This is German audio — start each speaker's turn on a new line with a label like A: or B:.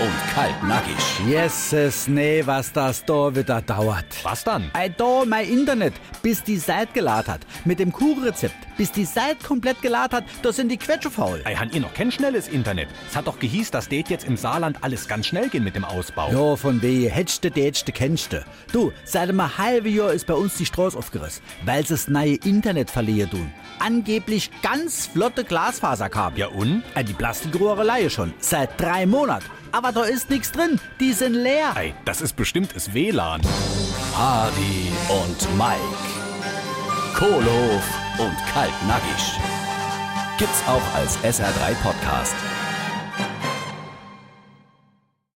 A: und Kaltnackig.
B: Jesus, nee, was das da wieder dauert.
C: Was dann?
B: Ei, da mein Internet, bis die Seite geladen hat. Mit dem Kurrezept, bis die Seite komplett geladen hat, da sind die Quetsche faul.
C: Ey, han ihr noch kein schnelles Internet? Es hat doch gehieß, dass det jetzt im Saarland alles ganz schnell gehen mit dem Ausbau.
B: Ja, von wehe, hättste, dätschte, kennste. Du, seit einem halben Jahr ist bei uns die Straße aufgerissen, weil sie das neue Internet verliehen tun. Angeblich ganz flotte Glasfaserkabel.
C: Ja und?
B: Äh, Die Plastikrohre leihe schon, seit drei Monaten. Aber da ist nichts drin, die sind leer.
C: Ey, das ist bestimmt das WLAN.
A: Hardy und Mike, Kohlehof und Kaltnackig. Gibt's auch als SR3 Podcast.